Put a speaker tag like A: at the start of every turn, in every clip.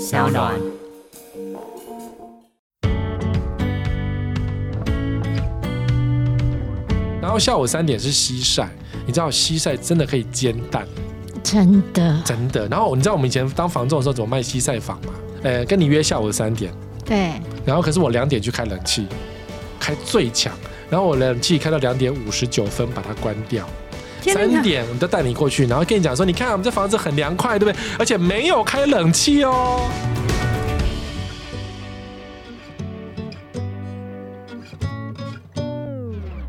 A: 小暖。
B: 然后下午三点是西晒，你知道西晒真的可以煎蛋，
C: 真的，
B: 真的。然后你知道我们以前当房仲的时候怎么卖西晒房吗？呃，跟你约下午三点，
C: 对，
B: 然后可是我两点去开冷气，开最强，然后我冷气开到两点五十九分把它关掉。
C: 天
B: 三
C: 哪，
B: 点我们就带你过去，然后跟你讲说，你看我们这房子很凉快，对不对？而且没有开冷气哦。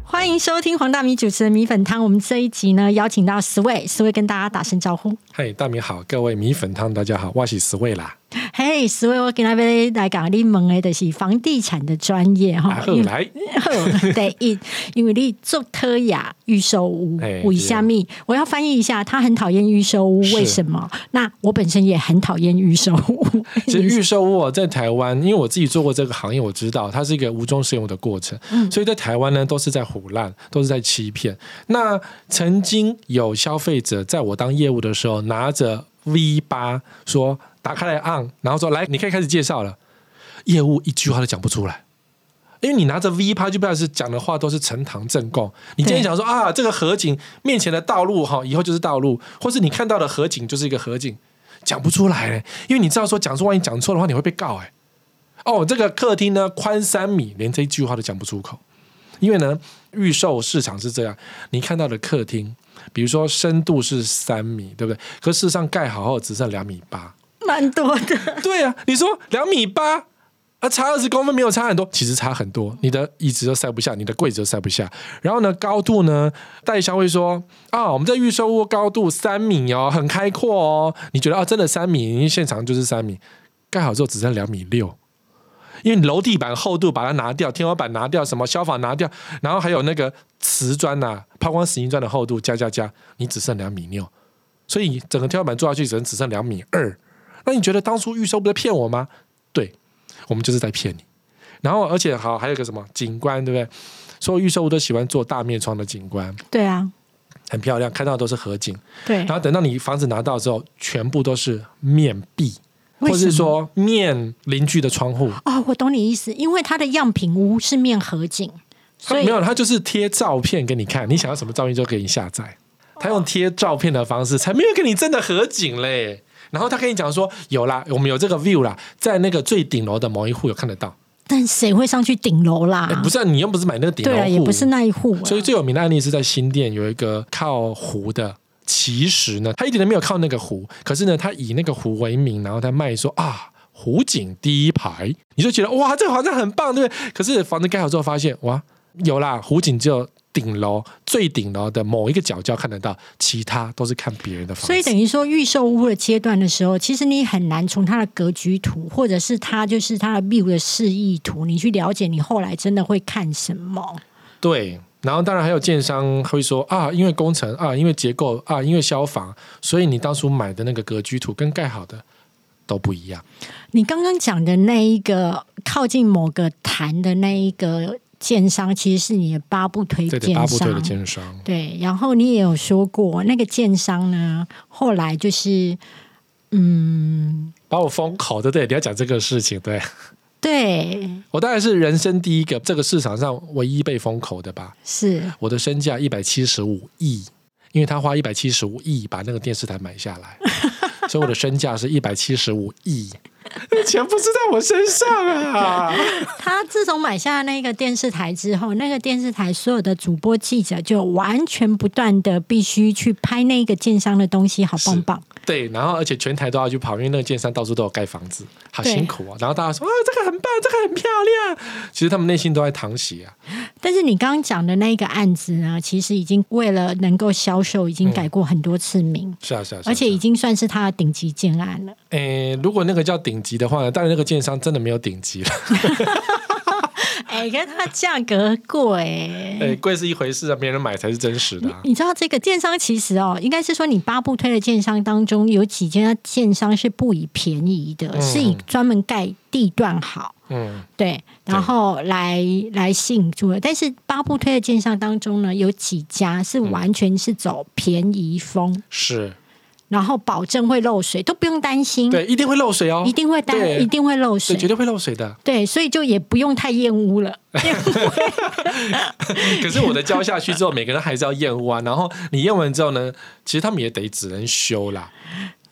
C: 欢迎收听黄大米主持的米粉汤。我们这一集呢，邀请到 Sway，Sway 跟大家打声招呼。
B: 嗨，大米好，各位米粉汤大家好，我是十位啦，
C: 嘿、s w a y 我今天要来讲你问的就是房地产的专业
B: 啊
C: 哈，
B: 后
C: 因 为
B: 来，
C: 好第一，因为你做科雅预售屋
B: 哎，
C: 为虾米？我要翻译一下，他很讨厌预售屋，
B: 是
C: 为什么？那我本身也很讨厌预售 屋，
B: 其实预售屋哦在台湾，因为我自己做过这个行业，我知道它是一个无中生有的过程，所以在台湾呢都是在胡乱，都是在欺骗。那曾经有消费者在我当业务的时候，拿着 V 八说打开来 on，然后说来，你可以开始介绍了。业务一句话都讲不出来。因为你拿着 V 趴，就表示讲的话都是呈堂证供。你今天想说啊，这个河景面前的道路哈，以后就是道路，或是你看到的河景就是一个河景，讲不出来、欸，因为你知道说讲出万一讲错的话，你会被告哎、哦，这个客厅呢宽三米，连这一句话都讲不出口。因为呢，预售市场是这样，你看到的客厅，比如说深度是三米，对不对？可事实上盖好后只剩两米八。
C: 蛮多的。
B: 对啊，你说两米八啊，差二十公分没有差很多，其实差很多。你的椅子都塞不下，你的柜子都塞不下。然后呢，高度呢，代销会说啊，我们在预售屋高度三米哦，很开阔哦。你觉得啊，真的三米？因为现场就是三米，盖好之后只剩两米六。因为你楼地板厚度把它拿掉，天花板拿掉，什么消防拿掉，然后还有那个瓷砖呐、啊抛光石英砖的厚度加加加，你只剩两米六，所以整个天花板做下去只能只剩两米二。那你觉得当初预售不在骗我吗？对，我们就是在骗你。然后，而且好，还有一个什么景观，对不对？所有预售屋都喜欢做大面窗的景观，
C: 对啊，
B: 很漂亮，看到的都是河景。
C: 对
B: 然，后等到你房子拿到之后，全部都是面壁，或
C: 为
B: 者
C: 什么
B: 是说面邻居的窗户。
C: 哦，我懂你意思，因为它的样品屋是面河景，
B: 它
C: 所以
B: 没有，它就是贴照片给你看，你想要什么照片就给你下载。
C: 哦
B: 他用贴照片的方式，才没有跟你真的合景嘞。然后他跟你讲说，有啦，我们有这个 view 啦，在那个最顶楼的某一户有看得到。
C: 但谁会上去顶楼啦？
B: 哎，不是、啊，你又不是买那个顶楼
C: 对
B: 户，
C: 啊，也不是那一户、啊，
B: 所以最有名的案例是在新店有一个靠湖的。其实呢，他一点都没有靠那个湖，可是呢，他以那个湖为名，然后他卖说啊，湖景第一排，你就觉得哇，这个房子很棒，对不对？可是房子盖好之后发现，哇，有啦，湖景只有顶楼最顶楼的某一个角角看得到，其他都是看别人的房子。
C: 所以等于说，预售屋的阶段的时候，其实你很难从它的格局图，或者是它就是它的 view 的示意图，你去了解你后来真的会看什么。
B: 对，然后当然还有建商会说啊，因为工程啊，因为结构啊，因为消防，所以你当初买的那个格局图跟盖好的都不一样。
C: 你刚刚讲的那一个靠近某个潭的那一个建商，其实是你的八部推
B: 这得八
C: 建
B: 部队的
C: 商。
B: 建商，
C: 对，然后你也有说过，那个建商呢，后来就是，嗯，
B: 把我封口，对不对？你要讲这个事情，对
C: 对，
B: 我当然是人生第一个这个市场上唯一被封口的吧。
C: 是
B: 我的身价一百七十五亿，因为他花一百七十五亿把那个电视台买下来，所以我的身价是一百七十五亿。 钱不是在我身上啊！
C: 他自从买下那个电视台之后，那个电视台所有的主播记者就完全不断的必须去拍那个建商的东西，好棒棒。
B: 对，然后而且全台都要去跑，因为那个建商到处都有盖房子，好
C: 对
B: 辛苦哦。然后大家说啊，这个很棒，这个很漂亮。其实他们内心都在淌血啊。
C: 但是你刚刚讲的那个案子呢，其实已经为了能够销售，已经改过很多次名，
B: 是啊，是啊，是啊
C: 而且
B: 是啊
C: 已经算是他的顶级建案 了。
B: 诶，如果那个叫顶级的话呢，当然那个建商真的没有顶级了。
C: 哎，可是它价格贵。
B: 诶，贵是一回事啊，没人买才是真实的、啊。
C: 你知道这个建商其实哦，应该是说你八部推的建商当中，有几家建商是不以便宜的，
B: 嗯
C: 是以专门盖地段好，
B: 嗯，
C: 对，然后来来吸引住了。但是八部推的建商当中呢，有几家是完全是走便宜风，
B: 是
C: 然后保证会漏水，都不用担心，
B: 对，一定会漏水哦，
C: 一定会担，
B: 对
C: 一定会漏水
B: 对，绝，对会漏水的。
C: 对，所以就也不用太厌恶了。
B: 可是我的教下去之后，每个人还是要验屋 啊。然后你验完之后呢，其实他们也得只能修啦。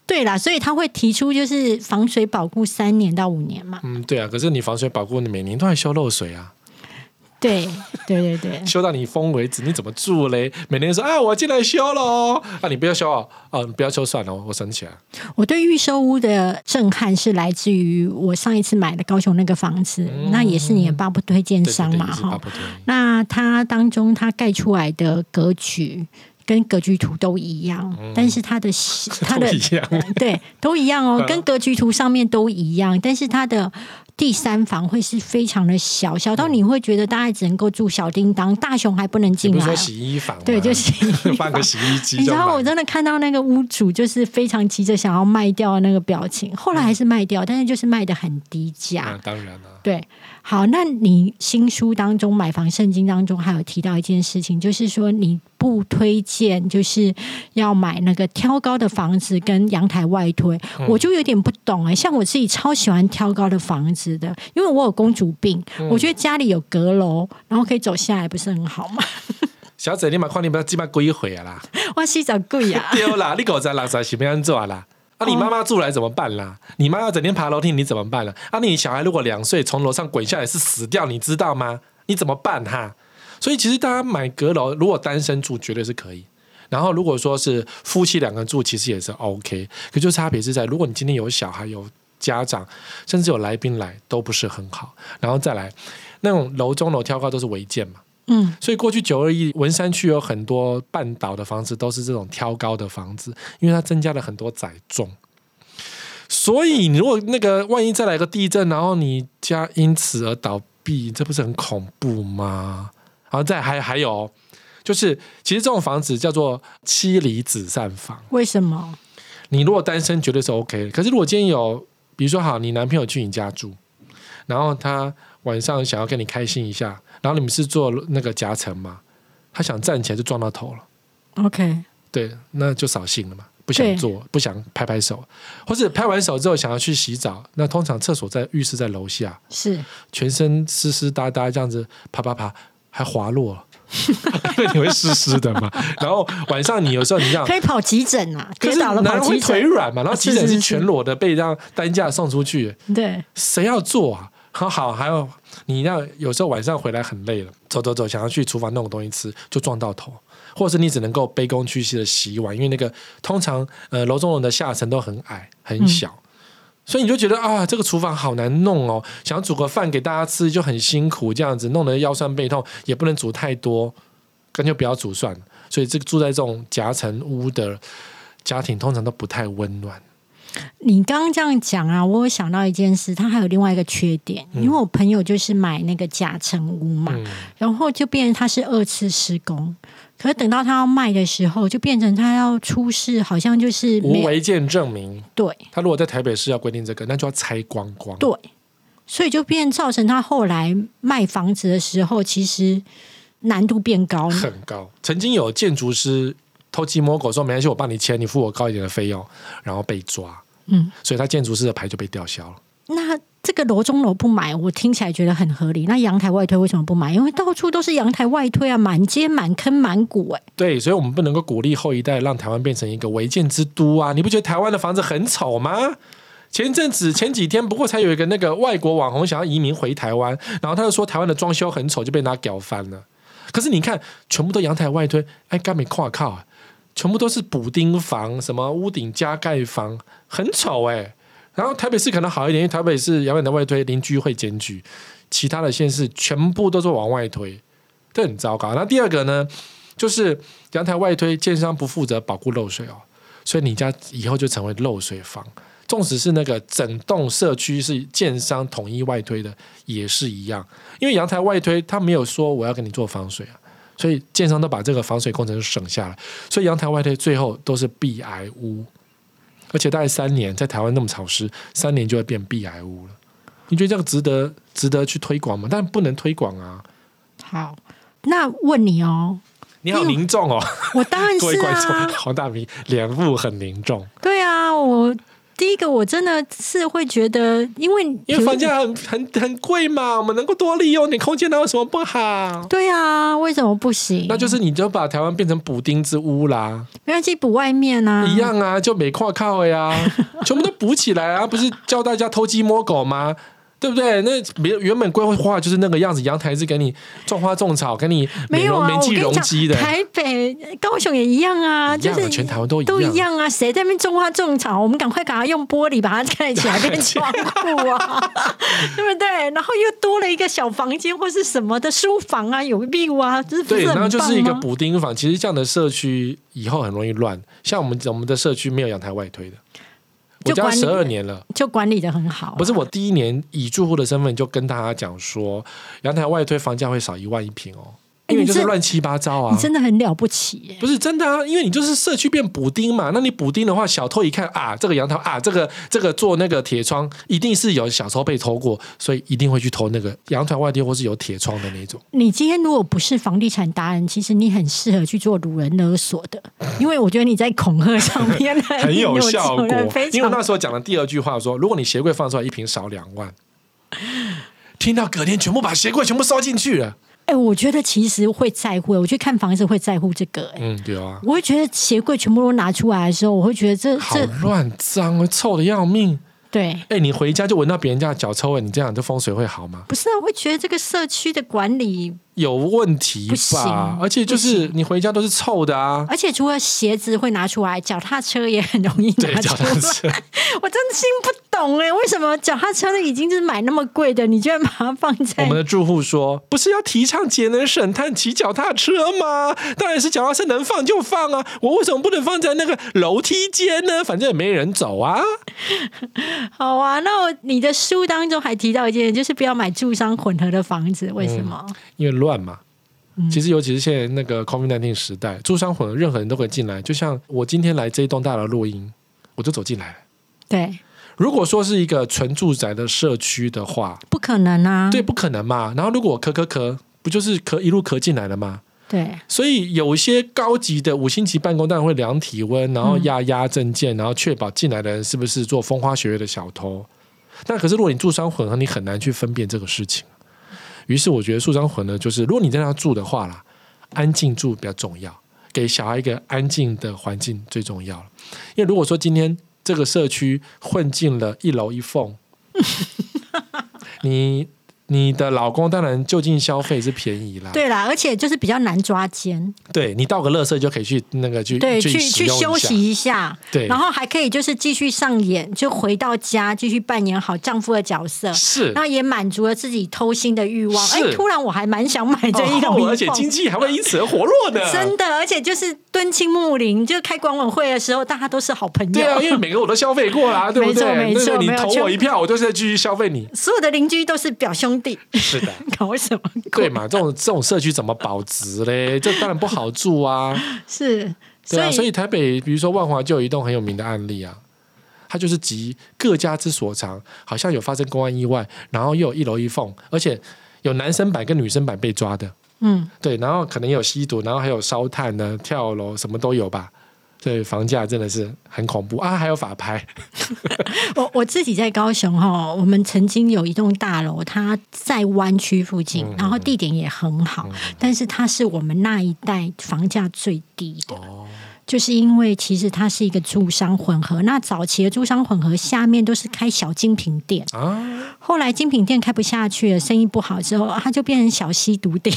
C: 对啦，所以他会提出就是防水保固三年到五年嘛。
B: 嗯，对啊。可是你防水保护，你每年都在修漏水啊，
C: 对，对对对
B: 修到你疯为止，你怎么住嘞？每年说啊，我进来修喽，啊，你不要修哦，哦、你不要修算了，我生气啊了。
C: 我对预售屋的震撼是来自于我上一次买的高雄那个房子，那也是你的巴不推荐
B: 嗯对对
C: 商
B: 对，
C: 嘛
B: 也是巴
C: 哈。
B: 不得
C: 那它当中它盖出来的格局跟格局图都一样，但是它 的细它的
B: 嗯都一样。 啊
C: 对都一样哦
B: 嗯，
C: 跟格局图上面都一样，但是它的。第三房会是非常的小，小
B: 嗯
C: 到你会觉得大概只能够住小叮当，大熊还不能
B: 你
C: 进
B: 不
C: 来
B: 是说
C: 哦。
B: 洗衣房吗？
C: 对，就洗衣服
B: 放个洗衣机
C: 你
B: 就
C: 知
B: 买
C: 道我真的看到那个屋主就是非常急着想要卖掉的那个表情，后来还是卖掉，但是就是卖的很低价。
B: 嗯，当然了、
C: 对，好，那你新书当中《买房圣经》当中还有提到一件事情，就是说你不推荐就是要买那个挑高的房子跟阳台外推，
B: 嗯
C: 我就有点不懂哎、像我自己超喜欢挑高的房子的，因为我有公主病，
B: 嗯
C: 我觉得家里有阁楼，然后可以走下来，不是很好吗？
B: 小姐，你把看你把鸡巴归回啊啦，
C: 哇，洗澡 贵啊呀、
B: 丢啦，你狗在垃圾洗不安做啦。啊，你妈妈住来怎么办啦？你妈要整天爬楼梯，你怎么办啦？啊，你小孩如果两岁从楼上滚下来是死掉，你知道吗？你怎么办哈？所以其实大家买阁楼，如果单身住绝对是可以，然后如果说是夫妻两个人住，其实也是 OK。可就差别是在，如果你今天有小孩有家长，甚至有来宾来，都不是很好。然后再来，那种楼中楼挑高都是违建嘛。
C: 嗯，
B: 所以过去九二一文山区有很多半岛的房子都是这种挑高的房子，因为它增加了很多载重。所以你如果那个万一再来个地震，然后你家因此而倒闭，这不是很恐怖吗？然后再还还有哦，就是其实这种房子叫做妻离子散房。
C: 为什么？
B: 你如果单身绝对是 OK 的，可是如果今天有，比如说好，你男朋友去你家住，然后他晚上想要跟你开心一下，然后你们是做那个夹层嘛，他想站起来就撞到头了，
C: OK，
B: 对，那就扫兴了嘛，不想做，不想拍拍手，或者拍完手之后想要去洗澡，那通常厕所在浴室在楼下，
C: 是
B: 全身湿湿哒哒这样子啪啪啪，还滑落 了。因为你会湿湿的嘛， 然后晚上你有时候你这样
C: 可以跑急诊啊，
B: 可
C: 跌
B: 是
C: 倒了
B: 男
C: 跑
B: 人会
C: 急
B: 腿
C: 诊，啊
B: 软嘛，然后急诊
C: 是是
B: 是
C: 是
B: 全裸的被这样担架送出去，
C: 对，
B: 谁要做啊？好好，还有你那有时候晚上回来很累了，走走走，想要去厨房弄个东西吃，就撞到头，或者是你只能够卑躬屈膝的洗碗，因为那个通常呃楼中楼的下层都很矮很小。
C: 嗯
B: 所以你就觉得啊，这个厨房好难弄哦，想煮个饭给大家吃就很辛苦，这样子弄得腰酸背痛，也不能煮太多，干脆不要煮算了。所以这个住在这种夹层屋的家庭，通常都不太温暖。
C: 你刚刚这样讲啊，我有想到一件事，它还有另外一个缺点，因为我朋友就是买那个假成屋嘛，
B: 嗯
C: 然后就变成他是二次施工，可是等到他要卖的时候，就变成他要出示，好像就是没
B: 无
C: 有
B: 违建证明，
C: 对
B: 他如果在台北市要规定这个，那就要拆光光。
C: 对，所以就变造成他后来卖房子的时候，其实难度变 高了。
B: 很高。曾经有建筑师偷鸡摸狗说：“没关系，我帮你签，你付我高一点的费用。”然后被抓，
C: 嗯，
B: 所以他建筑师的牌就被吊销了。
C: 那这个楼中楼不买，我听起来觉得很合理。那阳台外推为什么不买？因为到处都是阳台外推啊，满街满坑满谷哎、
B: 对，所以我们不能够鼓励后一代让台湾变成一个违建之都啊！你不觉得台湾的房子很丑吗？前阵子前几天，不过才有一个那个外国网红想要移民回台湾，然后他就说台湾的装修很丑，就被人家屌翻了。可是你看，全部都阳台外推，哎，干没跨靠啊，全部都是补丁房，什么屋顶加盖房，很丑哎、然后台北市可能好一点，因为台北市遥远的外推，邻居会检举，其他的县市全部都是往外推，这很糟糕。那第二个呢，就是阳台外推，建商不负责保护漏水哦，所以你家以后就成为漏水房。纵使是那个整栋社区是建商统一外推的，也是一样，因为阳台外推他没有说我要给你做防水啊，所以建商都把这个防水工程省下来，所以阳台外推最后都是避癌屋，而且大概三年，在台湾那么潮湿，三年就会变避癌屋了。你觉得这样值得值得去推广吗？但不能推广啊！
C: 好，那问你哦，
B: 你好凝重哦，
C: 我当然
B: 各位
C: 是
B: 观
C: 啊
B: 众，， 黄大明脸部很凝重，
C: 对啊，我第一个我真的是会觉得，因为
B: 因为房价很很很贵嘛，我们能够多利用点空间，哪有什么不好？
C: 对啊，为什么不行？
B: 那就是你就把台湾变成补丁之屋啦，
C: 没关系，补外面啊，
B: 一样啊，就没跨靠呀、 全部都补起来啊！不是教大家偷鸡摸狗吗？对不对？那别原本规划就是那个样子，阳台是给你种花种草，给你
C: 没
B: 美
C: 有
B: 容
C: 啊，
B: 美
C: 我跟
B: 肌
C: 你
B: 容
C: 讲，
B: 积的。
C: 台北、高雄也一样啊，
B: 一样
C: 就
B: 啊
C: 是
B: 全台湾都一样
C: 都一样啊，谁在那边种花种草，我们赶快赶快用玻璃把它盖起来变窗户 啊，对不对？然后又多了一个小房间或是什么的书房啊，有壁屋啊，这不
B: 对，
C: 是很
B: 然
C: 棒
B: 后
C: 吗？
B: 就是一个补丁房。其实这样的社区以后很容易乱，像我们我们的社区没有阳台外推的，我
C: 就
B: 家
C: 管理哦
B: 十二年了。
C: 就管理的很好啊、
B: 不是我第一年以住户的身份就跟大家讲说，阳台外推房价会少一万一平哦，
C: 哎
B: 因为就是
C: 你这
B: 乱七八糟啊
C: 你。真的很了不起耶、
B: 不是真的啊，因为你就是社区变补丁嘛。那你补丁的话，小偷一看啊，这个阳台啊，这个这个做那个铁窗，一定是有小偷被偷过，所以一定会去偷那个阳台外地或是有铁窗的那种。
C: 你今天如果不是房地产达人，其实你很适合去做掳人勒索 的，因为我觉得你在恐吓上面
B: 很有效果
C: 人非。
B: 因为我
C: 常
B: 那时候讲的第二句话说，如果你鞋柜放出来一瓶少两万，听到隔天全部把鞋柜全部收进去了。
C: 哎、我觉得其实会在乎，我去看房子会在乎这个、哎，
B: 嗯，对啊，
C: 我会觉得鞋柜全部都拿出来的时候，我会觉得这
B: 好
C: 这
B: 乱脏啊，臭的要命。
C: 对，
B: 哎、你回家就闻到别人家的脚臭味，你这样这风水会好吗？
C: 不是啊，我会觉得这个社区的管理，
B: 有问题
C: 不
B: 吧
C: 行？
B: 而且就是你回家都是臭的啊。
C: 而且除了鞋子会拿出来，脚踏车也很容易
B: 对，
C: 拿
B: 脚啊
C: 出
B: 踏
C: 来。
B: 车，
C: 我真的心不懂哎、为什么脚踏车已经是买那么贵的，你居然把它放
B: 我
C: 在
B: 们的住户说，不是要提倡节能省碳，骑脚踏车吗？当然是脚踏车能放就放啊，我为什么不能放在那个楼梯间呢？反正也没人走啊。
C: 好啊，那我你的书当中还提到一件，就是不要买住商混合的房子，为什么？
B: 因为乱嘛。其实，尤其是现在那个 COVID 1 9时代，住商混合，任何人都可以进来。就像我今天来这一栋大楼录音，我就走进来了。
C: 对，
B: 如果说是一个纯住宅的社区的话，
C: 不可能啊，
B: 对，不可能嘛。然后，如果我咳咳咳，不就是咳一路咳进来了吗？
C: 对
B: 所以，有一些高级的五星级办公当然会量体温，然后压压证件，然后确保进来的人是不是做风花雪月的小偷。但可是，如果你住商混合，你很难去分辨这个事情。于是，我觉得住商混合就是，如果你在那住的话啦，安静住比较重要，给小孩一个安静的环境最重要了。因为如果说今天这个社区混进了一楼一缝，你你的老公当然就近消费是便宜啦，
C: 对啦，而且就是比较难抓奸，
B: 对你倒个垃圾就可以去那个去
C: 对，去
B: 去
C: 去
B: 使用一下
C: 休息一下，
B: 对
C: 然后还可以就是继续上演，就回到家继续扮演好丈夫的角色。
B: 是
C: 然。后也满足了自己偷心的欲望，哎
B: 是，
C: 突然我还蛮想买这一种、
B: 哦而且经济还会因此而活络呢。
C: 真的，而且就是敦亲睦邻，就开管委会的时候，大家都是好朋友。
B: 对啊，因为每个我都消费过啦，对不对？
C: 没错没错
B: 对不对
C: 没
B: 你
C: 有
B: 投我一票，我就是在继续消费你。
C: 所有的邻居都是表兄弟，
B: 是 的，
C: 搞什么
B: 对嘛？这种这种社区怎么保值嘞？这当然不好住啊。
C: 是，
B: 对
C: 所以、
B: 啊，所以台北，比如说万华就有一栋很有名的案例啊，它就是集各家之所长，好像有发生公安意外，然后又有一楼一缝，而且有男生版跟女生版被抓的，
C: 嗯，
B: 对，然后可能有吸毒，然后还有烧炭呢、跳楼，什么都有吧。对，房价真的是很恐怖啊！还有法拍，
C: 我我自己在高雄哈，我们曾经有一栋大楼，它在湾区附近，
B: 嗯
C: 然后地点也很好，但是它是我们那一带房价最低的。
B: 哦
C: 就是因为其实它是一个住商混合，那早期的住商混合下面都是开小精品店
B: 啊
C: 后来精品店开不下去了，生意不好之后，它就变成小吸毒 店。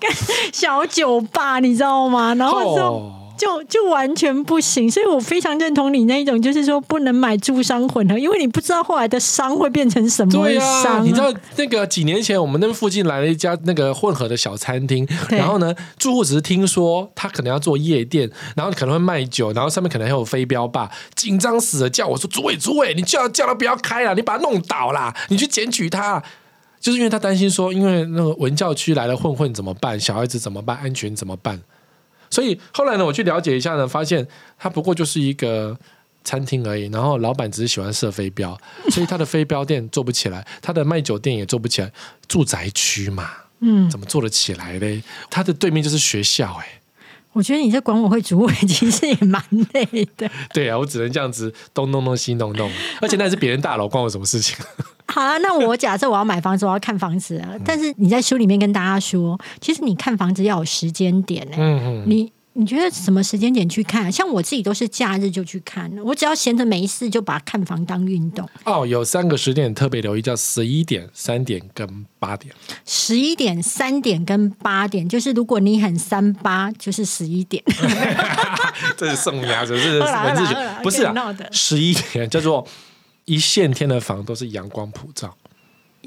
C: 跟小酒吧，你知道吗？然后就、
B: 哦
C: 就就完全不行，所以我非常认同你那一种，就是说不能买住商混合，因为你不知道后来的商会变成什么
B: 对
C: 商、
B: 啊，你知道那个几年前我们那附近来了一家那个混合的小餐厅，
C: 对
B: 然后呢，住户只是听说他可能要做夜店，然后可能会卖酒，然后上面可能还有飞镖吧，紧张死了，叫我说主委主哎委，你叫叫他不要开了，你把他弄倒啦，你去检举他啦。就是因为他担心说，因为那个文教区来了混混怎么办，小孩子怎么办，安全怎么办？所以后来呢，我去了解一下呢，发现他不过就是一个餐厅而已，然后老板只是喜欢射飞 镖，所以他的飞镖店做不起来，他的卖酒店也做不起来，住宅区嘛，
C: 嗯，
B: 怎么做得起来嘞？它的对面就是学校、哎。
C: 我觉得你这管委会主委其实也蛮累的
B: 对啊，我只能这样子东弄弄西弄弄，而且那是别人大楼，关我什么事 情？
C: 好啊，那我假设我要买房子，我要看房子啊。但是你在书里面跟大家说，其实你看房子要有时间点呢、
B: 嗯嗯，
C: 你你觉得什么时间点去看？像我自己都是假日就去看，我只要闲着没事就把看房当运动。
B: 哦，有三个时间点特别留意，叫十一点、三点跟八 点。
C: 十一点、三点跟八点，就是如果你很三八，就是十一点。
B: 这是宋苗子，这是
C: 好啦
B: 文字
C: 好啦好啦
B: 学，不是
C: 可以闹
B: 啊
C: 的，
B: 十一点叫做一线天的房都是阳光普照。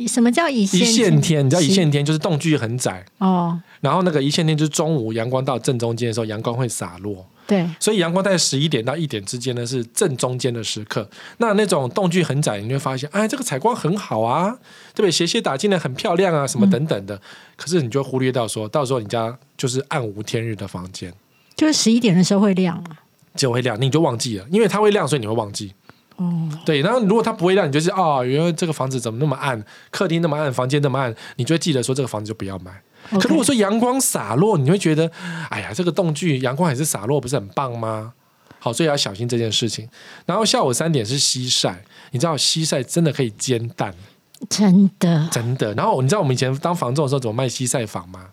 C: 什么叫一线
B: 一线天，你知道一
C: 是
B: 线天就是动距很窄，
C: 哦，
B: 然后那个一线天就是中午阳光到正中间的时候，阳光会洒落。
C: 对，
B: 所以阳光在十一点到一点之间呢，是正中间的时刻。那那种动距很窄，你会发现，哎，这个采光很好啊，对不对？斜斜打进来很漂亮啊，什么等等的。可是你就忽略到说，到时候你家就是暗无天日的房间，
C: 就是十一点的时候会亮啊。
B: 就会亮，你就忘记了，因为它会亮，所以你会忘记。
C: 哦，
B: 对，然后如果它不会亮，你就是哦，原来这个房子怎么那么暗，客厅那么暗，房间那么暗，你就会记得说这个房子就不要买。可如果
C: OK
B: 说阳光洒落，你会觉得，哎呀，这个动距阳光还是洒落，不是很棒吗？好，所以要小心这件事情。然后下午三点是西晒，你知道西晒真的可以煎蛋，
C: 真的
B: 真的。然后你知道我们以前当房仲的时候怎么卖西晒房吗？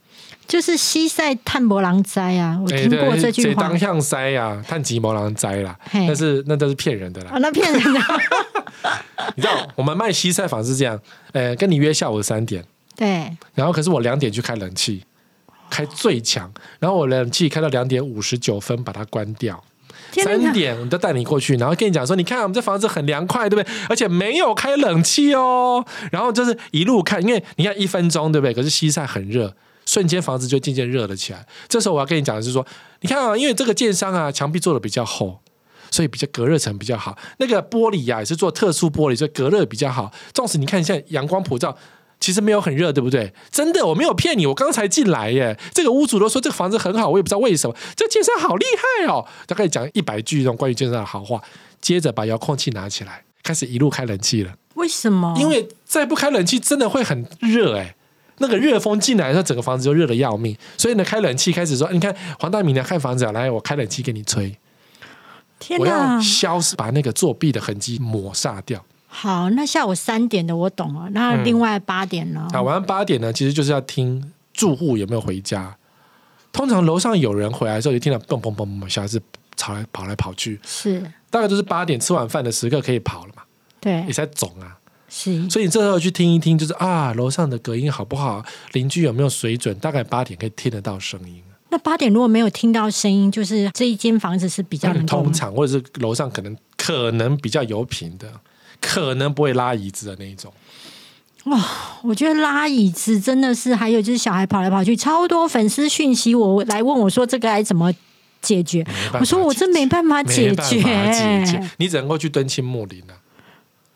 C: 就是西晒探博狼灾啊，我听
B: 哎
C: 过这句话
B: 当向塞呀，探吉毛狼灾啦，
C: 嘿
B: 那是那都是骗人的啦
C: 啊，。那骗人的。
B: 你知道我们卖西晒房是这样，呃，跟你约下午三点，
C: 对，
B: 然后可是我两点去开冷气，开最强，然后我冷气开到两点五十九分把它关掉。
C: 天哪
B: 三点我都带你过去，然后跟你讲说，你看我们这房子很凉快，对不对？而且没有开冷气哦。然后就是一路看，因为你看一分钟，对不对？可是西晒很热，瞬间房子就渐渐热了起来。这时候我要跟你讲的是说，你看啊，因为这个建商啊，墙壁做的比较厚。所以比较隔热层比较好，那个玻璃啊呀、也是做特殊玻璃，所以隔热比较好。纵使你看现在阳光普照，其实没有很热，对不对？真的，我没有骗你，我刚才进来耶。这个屋主都说这个房子很好，我也不知道为什么。这介绍好厉害哦，大概讲一百句这种关于介绍的好话，接着把遥控器拿起来，开始一路开冷气了。
C: 为什么？
B: 因为再不开冷气真的会很热哎、那个热风进来的时候，整个房子就热的要命。所以呢，开冷气开始说，你看黄大明来看房子啊，来我开冷气给你吹，
C: 天
B: 我
C: 哪
B: 要！消失把那个作弊的痕迹抹煞掉。
C: 好，那下午三点的我懂了，那
B: 嗯
C: 另外八点呢？
B: 啊，晚上八点呢，其实就是要听住户有没有回家。通常楼上有人回来的时候，就听到砰砰砰砰砰，小孩子吵来跑来跑去，
C: 是，
B: 大概就是八点吃晚饭的时刻可以跑了嘛，
C: 对
B: 也，才肿啊。
C: 是，
B: 所以你这时候去听一听，就是啊，楼上的隔音好不好，邻居有没有水准，大概八点可以听得到声音。
C: 那八点如果没有听到声音，就是这一间房子是比较能够
B: 通常或者是楼上可能可能比较油平的，可能不会拉椅子的那一种。
C: 我觉得拉椅子真的是，还有就是小孩跑来跑去，超多粉丝讯息我来问我说这个该怎么解决
B: 没办法。
C: 我说我真没办法解
B: 没办
C: 决，
B: 法解决，你只能够去蹲青木林啊。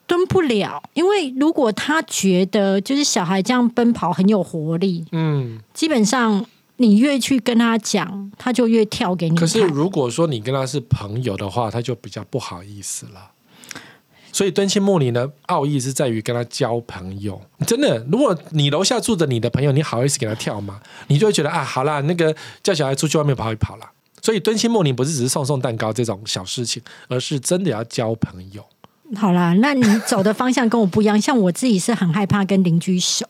C: 蹲不了。因为如果他觉得就是小孩这样奔跑很有活力，
B: 嗯，
C: 基本上你越去跟他讲，他就越跳给你
B: 可是
C: 看。
B: 如果说你跟他是朋友的话，他就比较不好意思了。所以敦亲睦邻的奥义是在于跟他交朋友。真的，如果你楼下住着你的朋友，你好意思给他跳吗？你就会觉得啊，好啦，那个叫小孩出去外面跑一跑啦。所以敦亲睦邻不是只是送送蛋糕这种小事情，而是真的要交朋友。
C: 好啦，那你走的方向跟我不一样，像我自己是很害怕跟邻居熟。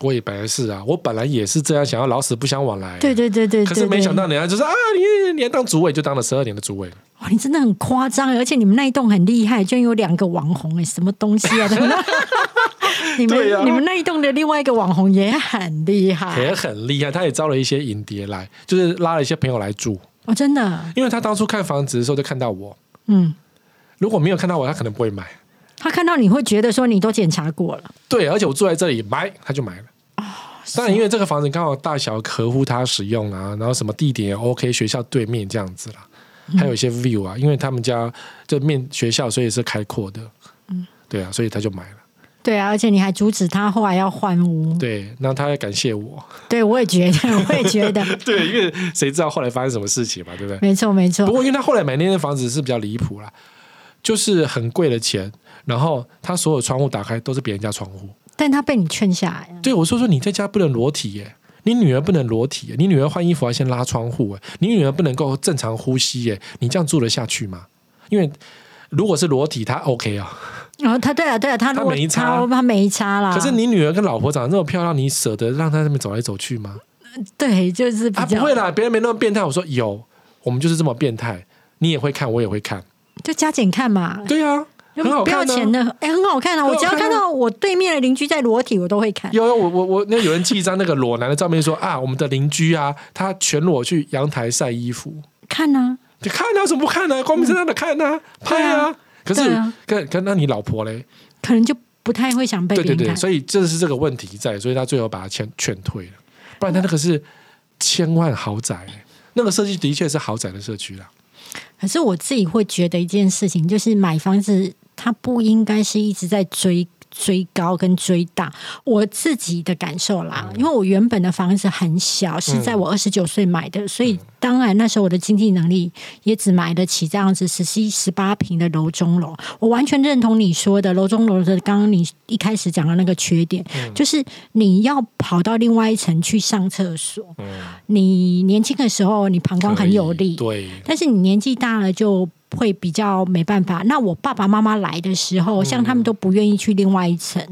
B: 我也本来是啊，我本来也是这样，想要老死不相往来。
C: 对对对对对
B: 可是没
C: 对
B: 想到人家就说啊，你你还当主委就当了十二年的主委，
C: 哇，你真的很夸张，而且你们那一栋很厉害，居然有两个网红哎、什么东西 啊？你
B: 对
C: 们、
B: 啊
C: 你们那一栋的另外一个网红也很 厉害，
B: 也很厉害。他也招了一些影碟来，就是拉了一些朋友来住。
C: 哦，真的，
B: 因为他当初看房子的时候就看到我，
C: 嗯，
B: 如果没有看到我，他可能不会买。
C: 他看到你会觉得说你都检查过了，
B: 对，而且我住在这里买，他就买了。当然，因为这个房子刚好大小合乎他使用啊，然后什么地点也 OK，学校对面这样子啦，还有一些 view 啊，因为他们家就面学校，所以是开阔的。对啊，所以他就买了。
C: 对啊，而且你还阻止他后来要换屋，
B: 对，那他要感谢我。
C: 对我也觉得，我 也觉得，
B: 对，因为谁知道后来发生什么事情嘛，对不对？
C: 没错没
B: 不
C: 错，
B: 过因为他后来买那间房子是比较离谱啦，就是很贵的钱，然后他所有窗户打开都是别人家窗户，
C: 但他被你劝下来啊了，
B: 对，我说说你在家不能裸体耶，你女儿不能裸体耶，你女儿换衣服要先拉窗户哎，你女儿不能够正常呼吸耶，你这样住得下去吗？因为如果是裸体，她 OK 啊，
C: 然哦后他对了对啊了，他如果
B: 他没差
C: 他他没差啦。
B: 可是你女儿跟老婆长得这么漂亮，你舍得让她在那边走来走去吗？
C: 对，就是比
B: 啊，
C: 较、
B: 不会啦，别人没那么变态。我说有，我们就是这么变态，你也会看，我也会看，
C: 就加减看嘛，
B: 对啊，
C: 嗯就
B: 很好
C: 不要
B: 看
C: 钱
B: 呢、
C: 的，哎、很好看啊！我只要
B: 很好看
C: 看
B: 啊
C: 到我对面的邻居在裸体，我都会看。
B: 有有我我我那有人寄一张那个裸男的照片说啊，我们的邻居啊，他全裸去阳台晒衣服，
C: 看啊，
B: 就看啊，怎么不看呢、光明正大的看啊，拍啊。可是
C: 对啊，
B: 跟跟那你老婆嘞？
C: 可能就不太会想被
B: 对
C: 别
B: 对
C: 人看。
B: 对，所以这是这个问题在，所以他最后把他劝劝退了。不然他那个是千万豪宅、那个社区的确是豪宅的社区啦。
C: 可是我自己会觉得一件事情，就是买房子它不应该是一直在追。追高跟追大，我自己的感受啦，因为我原本的房子很小，是在我二十九岁买的，所以当然那时候我的经济能力也只买得起这样子十七、十八平的楼中楼。我完全认同你说的楼中楼的，刚刚你一开始讲的那个缺点，就是你要跑到另外一层去上厕所。你年轻的时候，你膀胱很有力，
B: 对，
C: 但是你年纪大了就会比较没办法。那我爸爸妈妈来的时
B: 嗯
C: 候，像他们都不愿意去另外一层，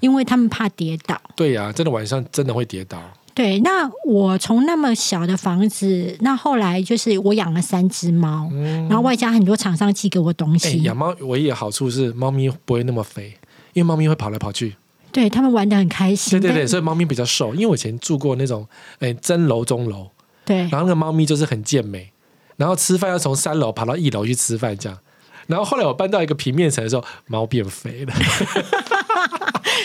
C: 因为他们怕跌倒。
B: 对呀、真的晚上真的会跌倒。
C: 对，那我从那么小的房子，那后来就是我养了三只猫，然后外加很多厂商寄给我东
B: 嗯哎、
C: 西，
B: 养猫唯一的好处是猫咪不会那么肥，因为猫咪会跑来跑去。
C: 对他们玩的很开心。
B: 对对对，
C: 但
B: 所以猫咪比较瘦。因为我以前住过那种哎、真楼中楼，
C: 对，
B: 然后那个猫咪就是很健美，然后吃饭要从三楼爬到一楼去吃饭这样。然后后来我搬到一个平面层的时候，猫变肥了。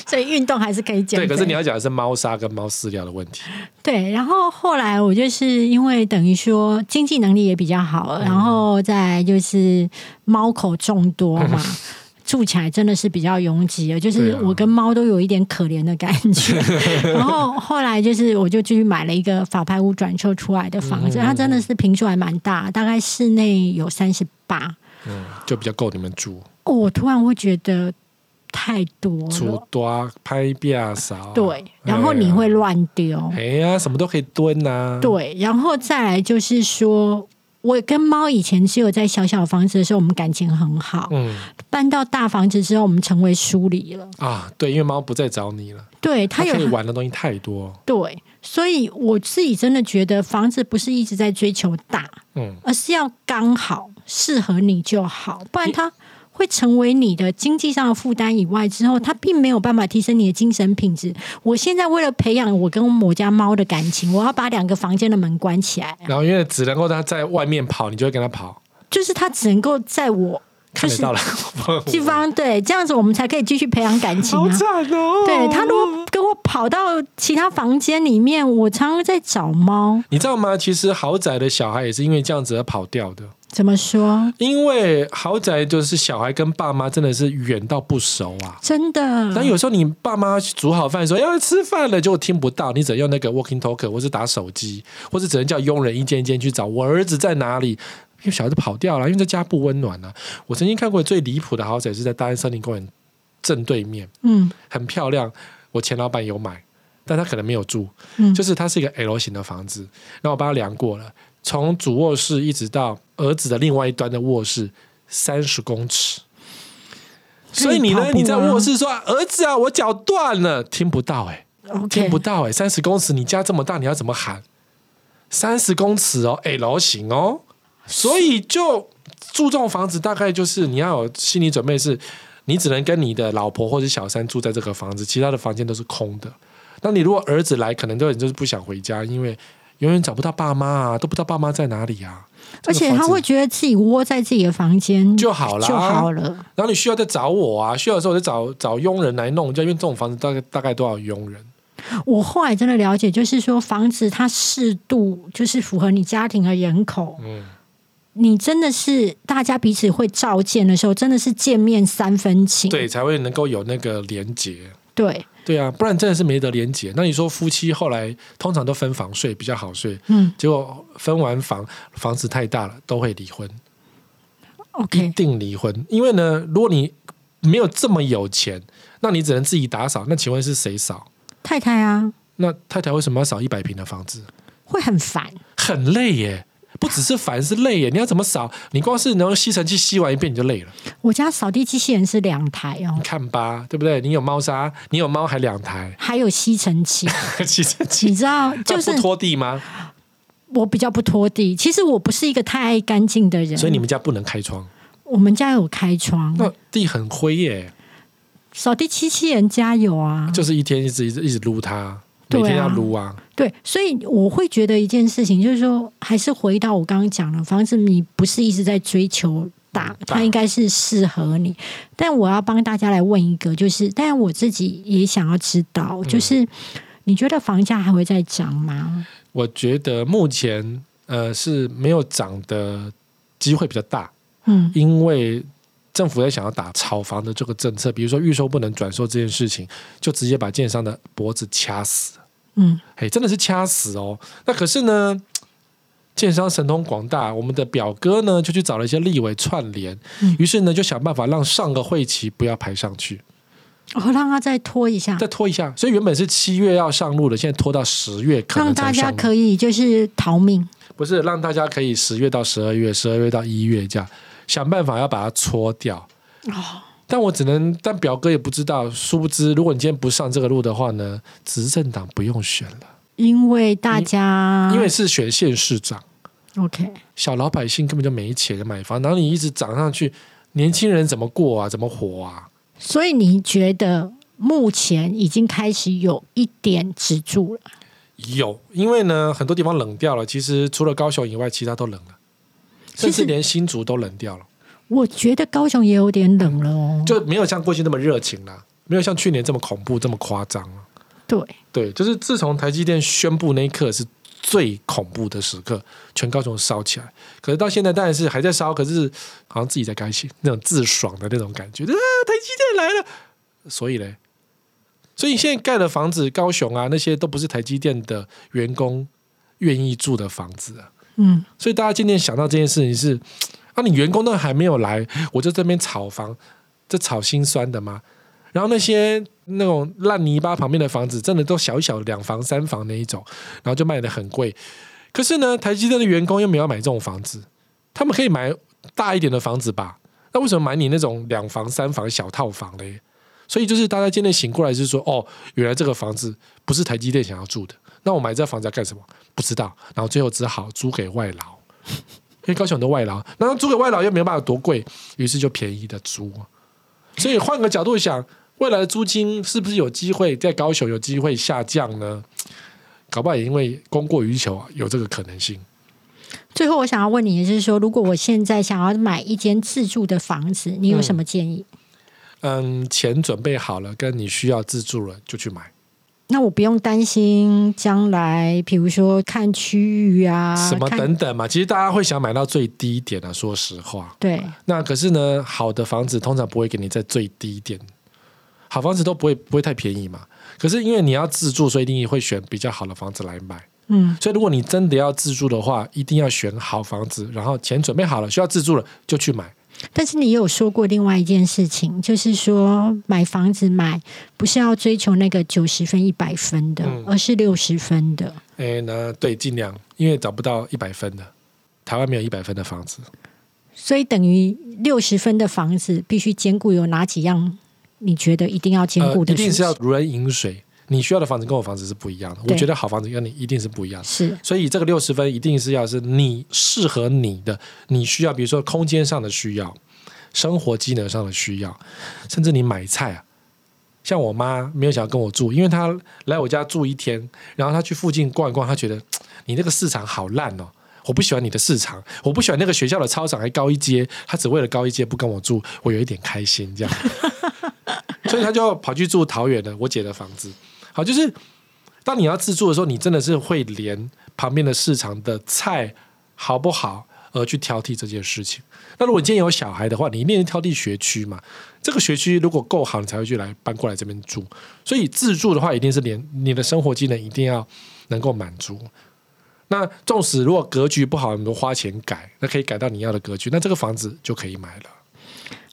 C: 所以运动还是可以 减
B: 对，
C: 肥。
B: 可是你要讲的是猫砂跟猫饲料的问题。
C: 对，然后后来我就是因为等于说经济能力也比较
B: 嗯
C: 好，然后再就是猫口众多 嘛。住起来真的是比较拥挤的，就是
B: 对啊
C: 我跟猫都有一点可怜的感 觉。然后后来就是，我就继续买了一个法拍屋转售出来的房
B: 嗯
C: 子，它真的是平数还蛮大，大概室内有三十八。
B: 嗯，就比较够你们住，
C: 哦，我突然会觉得太多
B: 煮
C: 了，
B: 多啊拍变少，
C: 对，然后
B: 啊
C: 你会乱丢。
B: 哎啊呀，什么都可以蹲呐、啊，
C: 对，然后再来就是说，我跟猫以前只有在小小房子的时候，我们感情很好。
B: 嗯
C: 搬到大房子之后，我们成为疏离了。
B: 啊，对，因为猫不再找你了，
C: 对，它
B: 它可以
C: 有
B: 玩的东西太多，
C: 对，所以我自己真的觉得房子不是一直在追求大，
B: 嗯，
C: 而是要刚好适合你就好，不然它。会成为你的经济上的负担以外，之后它并没有办法提升你的精神品质。我现在为了培养我跟我家猫的感情，我要把两个房间的门关起来，
B: 然后因为只能够它在外面跑，你就会跟它跑，
C: 就是它只能够在我
B: 看得到了，
C: 地方，对，这样子我们才可以继续培养感情
B: 好
C: 啊。
B: 惨哦，
C: 对他如果跟我跑到其他房间里面，我常常在找猫。
B: 你知道吗？其实豪宅的小孩也是因为这样子而跑掉的，
C: 怎么说？
B: 因为豪宅就是小孩跟爸妈真的是远到不熟啊。
C: 真
B: 然后
C: 的，
B: 有时候你爸妈煮好饭说要来哎吃饭了，结果听不到，你只能用那个 walking talker，或是打手机，或是只能叫佣人一间一间去找我儿子在哪里。因为小孩子跑掉了，因为在家不温暖啊。我曾经看过最离谱的豪宅是在大安森林公园正对面，
C: 嗯
B: 很漂亮。我前老板有买，但他可能没有住，
C: 嗯，
B: 就是它是一个 L 型的房子。然后我帮他量过了，从主卧室一直到儿子的另外一端的卧室，三十公尺。所以你
C: 可以跑
B: 呢？
C: 步啊
B: 你在卧室说：“儿子啊，我脚断了，听不到哎、听
C: OK，
B: 不到哎、三十公尺，你家这么大，你要怎么喊？三十公尺哦，L 型哦，所以就住这种房子，大概就是你要有心理准备是，你只能跟你的老婆或者小三住在这个房子，其他的房间都是空的。那你如果儿子来，可能都你就是不想回家，因为永远找不到爸妈啊，都不知道爸妈在哪里啊。
C: 而且
B: 这个
C: 他
B: 房子
C: 会觉得自己窝在自己的房间
B: 就好啦
C: 嗯就好了。
B: 然后你需要再找我啊，需要的时候我就找找佣人来弄，就因为这种房子大概大概都要有佣
C: 嗯
B: 人。
C: 我后来真的了解，就是说房子它适度，就是符合你家庭的人口。
B: 嗯，
C: 你真的是大家彼此会照见的时候，真的是见面三分情。
B: 对，才会能够有那个连结。
C: 对，
B: 对啊，不然真的是没得连结。那你说夫妻后来通常都分房睡比较好睡，
C: 嗯
B: 结果分完房房子太大了，都会离婚，
C: ，OK，
B: 定离婚。因为呢，如果你没有这么有钱，那你只能自己打扫。那请问是谁扫？
C: 太太啊，
B: 那太太为什么要扫一百平的房子？
C: 会很烦。
B: 很累耶，不只是烦，是累耶。你要怎么扫？你光是能用吸尘器吸完一遍你就累了。
C: 我家扫地机器人是两台哦
B: 你，看吧，对不对？你有猫砂，你有猫还两台
C: 还有吸尘器，
B: 吸尘器，
C: 你知 道，就是
B: 那不拖地吗？
C: 我比较不拖地。其实我不是一个太爱干净的人，
B: 所以你们家不能开窗，
C: 我们家有开窗，
B: 那地很灰耶，
C: 扫地机器人家有啊。
B: 就是一天一直一直一直撸它，每
C: 对啊
B: 天要撸啊。
C: 对，所以我会觉得一件事情，就是说，还是回到我刚刚讲的，房子你不是一直在追求大，
B: 嗯大
C: 它应该是适合你。但我要帮大家来问一个，就是，但我自己也想要知道，
B: 嗯
C: 就是你觉得房价还会再涨吗？
B: 我觉得目前呃是没有涨的机会比较大，
C: 嗯
B: 因为政府在想要打炒房的这个政策，比如说预售不能转售这件事情，就直接把建商的脖子掐死，
C: 嗯，
B: 嘿，真的是掐死哦。那可是呢，建商神通广大，我们的表哥呢就去找了一些立委串联，
C: 嗯
B: 于是呢就想办法让上个会期不要排上去，
C: 哦，让它再拖一 下
B: 再，拖一下。所以原本是七月要上路的，现在拖到十月可
C: 让
B: 能才
C: 大家
B: 上路。
C: 可以就是逃命。
B: 不是让大家可以十月到十二月，十二月到一月这样想办法要把它搓掉。但我只能，但表哥也不知道。殊不知，如果你今天不上这个路的话呢，执政党不用选了，
C: 因为大家，
B: 因为是选县市长，
C: OK，
B: 小老百姓根本就没钱买房，然后你一直涨上去，年轻人怎么过啊？怎么活啊？
C: 所以你觉得目前已经开始有一点止住了。
B: 有，因为呢，很多地方冷掉了。其实除了高雄以外，其他都冷了，甚
C: 其
B: 至
C: 实
B: 连新竹都冷掉了，
C: 我觉得高雄也有点冷了哦。
B: 就没有像过去那么热情啦，没有像去年这么恐怖、这么夸张了。
C: 对，
B: 对，就是自从台积电宣布那一刻是最恐怖的时刻，全高雄烧起来。可是到现在当然是还在烧，可是好像自己在开心，那种自爽的那种感觉，啊，台积电来了。所以嘞，所以现在盖的房子，高雄啊那些都不是台积电的员工愿意住的房子啊。
C: 嗯，
B: 所以大家今天想到这件事情是，啊，你员工都还没有来，我就这边炒房，这炒心酸的吗？然后那些那种烂泥巴旁边的房子，真的都小小两房三房那一种，然后就卖的很贵。可是呢，台积电的员工又没有要买这种房子，他们可以买大一点的房子吧？那为什么买你那种两房三房小套房嘞？所以就是大家渐渐醒过来，就是说，哦，原来这个房子不是台积电想要住的，那我买这房子要干什么？不知道，然后最后只好租给外劳， 因为高雄很多外劳，然后租给外劳又没有办法多贵，于是就便宜的租。所以换个角度想，未来的租金是不是有机会在高雄有机会下降呢？搞不好也因为供过于求有这个可能性。
C: 最后我想要问你，也是说，如果我现在想要买一间自住的房子，你有什么建议？
B: 嗯，钱准备好了，跟你需要自住了就去买，
C: 那我不用担心将来，比如说看区域啊，
B: 什么
C: 看
B: 等等嘛。其实大家会想买到最低点啊，说实话。
C: 对，
B: 那可是呢，好的房子通常不会给你在最低点，好房子都不会不会太便宜嘛。可是因为你要自住，所以一定会选比较好的房子来买。
C: 嗯，
B: 所以如果你真的要自住的话，一定要选好房子，然后钱准备好了，需要自住了就去买。
C: 但是你有说过另外一件事情，就是说买房子买不是要追求那个九十分、一百分的，
B: 嗯
C: 而是六十分的。
B: 哎，那对，尽量，因为找不到一百分的，台湾没有一百分的房子。
C: 所以等于六十分的房子必须兼顾有哪几样？你觉得一定要兼
B: 呃，
C: 顾
B: 一
C: 的事情、
B: 定是要如人饮水。你需要的房子跟我房子是不一样的，我
C: 对
B: 觉得好房子跟你一定是不一样的。
C: 是
B: 所以这个六十分一定是要是你适合你的，你需要，比如说空间上的需要，生活机能上的需要，甚至你买菜啊。像我妈没有想要跟我住，因为她来我家住一天，然后她去附近逛一逛，她觉得嘖你那个市场好烂哦，我不喜欢你的市场，我不喜欢那个学校的操场还高一阶，她只为了高一阶不跟我住，我有一点开心这样，所以她就跑去住桃园的我姐的房子。好，就是当你要自助的时候，你真的是会连旁边的市场的菜好不好而去挑剔这件事情。那如果你今天有小孩的话，你一定是挑剔学区嘛。这个学区如果够好，你才会去来搬过来这边住。所以自住的话，一定是连你的生活技能一定要能够满足。那纵使如果格局不好，你都花钱改，那可以改到你要的格局，那这个房子就可以买了。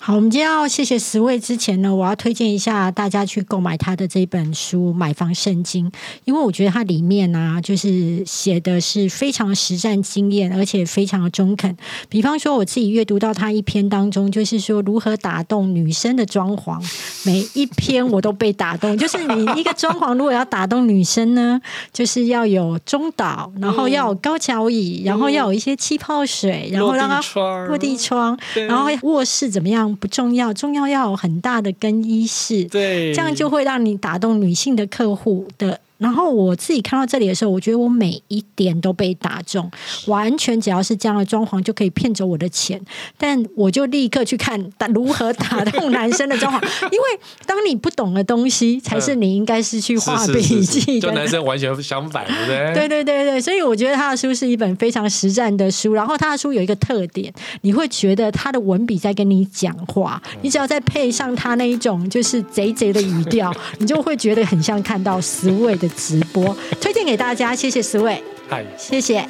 C: 好，我们今天要谢谢十位之前呢，我要推荐一下大家去购买他的这本书《买房圣经》，因为我觉得它里面呢、啊，就是写的是非常实战经验，而且非常的中肯。比方说，我自己阅读到他一篇当中，就是说如何打动女生的装潢，每一篇我都被打动。就是你一个装潢如果要打动女生呢，就是要有中岛，然后要有高脚椅，然后要有一些气泡水，然后让它
B: 窗
C: 落地窗，
B: 嗯对
C: 然后卧室怎么样不重要，重要要有很大的更衣室，
B: 对，
C: 这样就会让你打动女性的客户的。然后我自己看到这里的时候，我觉得我每一点都被打中，完全只要是这样的装潢就可以骗走我的钱。但我就立刻去看打如何打动男生的 装潢，因为当你不懂的东西，才是你应该是去画
B: 嗯是
C: 笔
B: 是是是
C: 记
B: 就
C: 的
B: 男生完全相反，对不对？
C: 对对对对，所以我觉得他的书是一本非常实战的书。然后他的书有一个特点，你会觉得他的文笔在跟你讲话，你只要再配上他那一种就是贼贼的语调，你就会觉得很像看到十位的直播。推荐给大家，谢谢十位，
B: 嗨。
C: 谢谢。